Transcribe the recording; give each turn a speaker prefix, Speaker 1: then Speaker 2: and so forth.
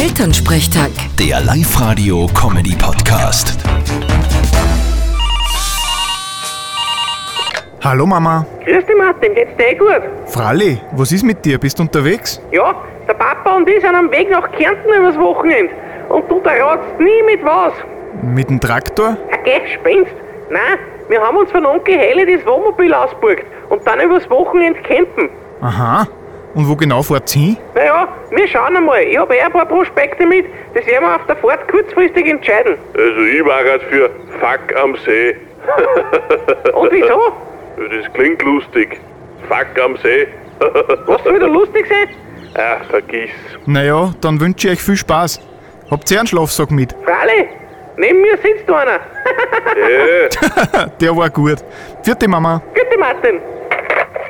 Speaker 1: Elternsprechtag.
Speaker 2: Der Live-Radio-Comedy-Podcast.
Speaker 3: Hallo Mama.
Speaker 4: Grüß dich Martin, geht's dir eh gut?
Speaker 3: Fralli, was ist mit dir? Bist du unterwegs?
Speaker 4: Ja, der Papa und ich sind am Weg nach Kärnten übers Wochenende. Und du ratst nie mit was.
Speaker 3: Mit dem Traktor?
Speaker 4: Ach, geh, spinnst. Nein, wir haben uns von Onkel Helle das Wohnmobil ausgeborgt und dann übers Wochenende campen.
Speaker 3: Aha. Und wo genau fahrt's hin?
Speaker 4: Naja, wir schauen einmal. Ich habe eh ein paar Prospekte mit. Das werden wir auf der Fahrt kurzfristig entscheiden.
Speaker 5: Also ich war grad für Fuck am See.
Speaker 4: Und wieso?
Speaker 5: Das klingt lustig. Fuck am See.
Speaker 4: Was soll da lustig sein?
Speaker 5: Ach, vergiss.
Speaker 3: Naja, dann wünsche ich euch viel Spaß. Habt ihr einen Schlafsack mit?
Speaker 4: Fralli, neben mir sitzt einer.
Speaker 5: Äh.
Speaker 3: Der war gut. Vierte Mama.
Speaker 4: Gute Martin.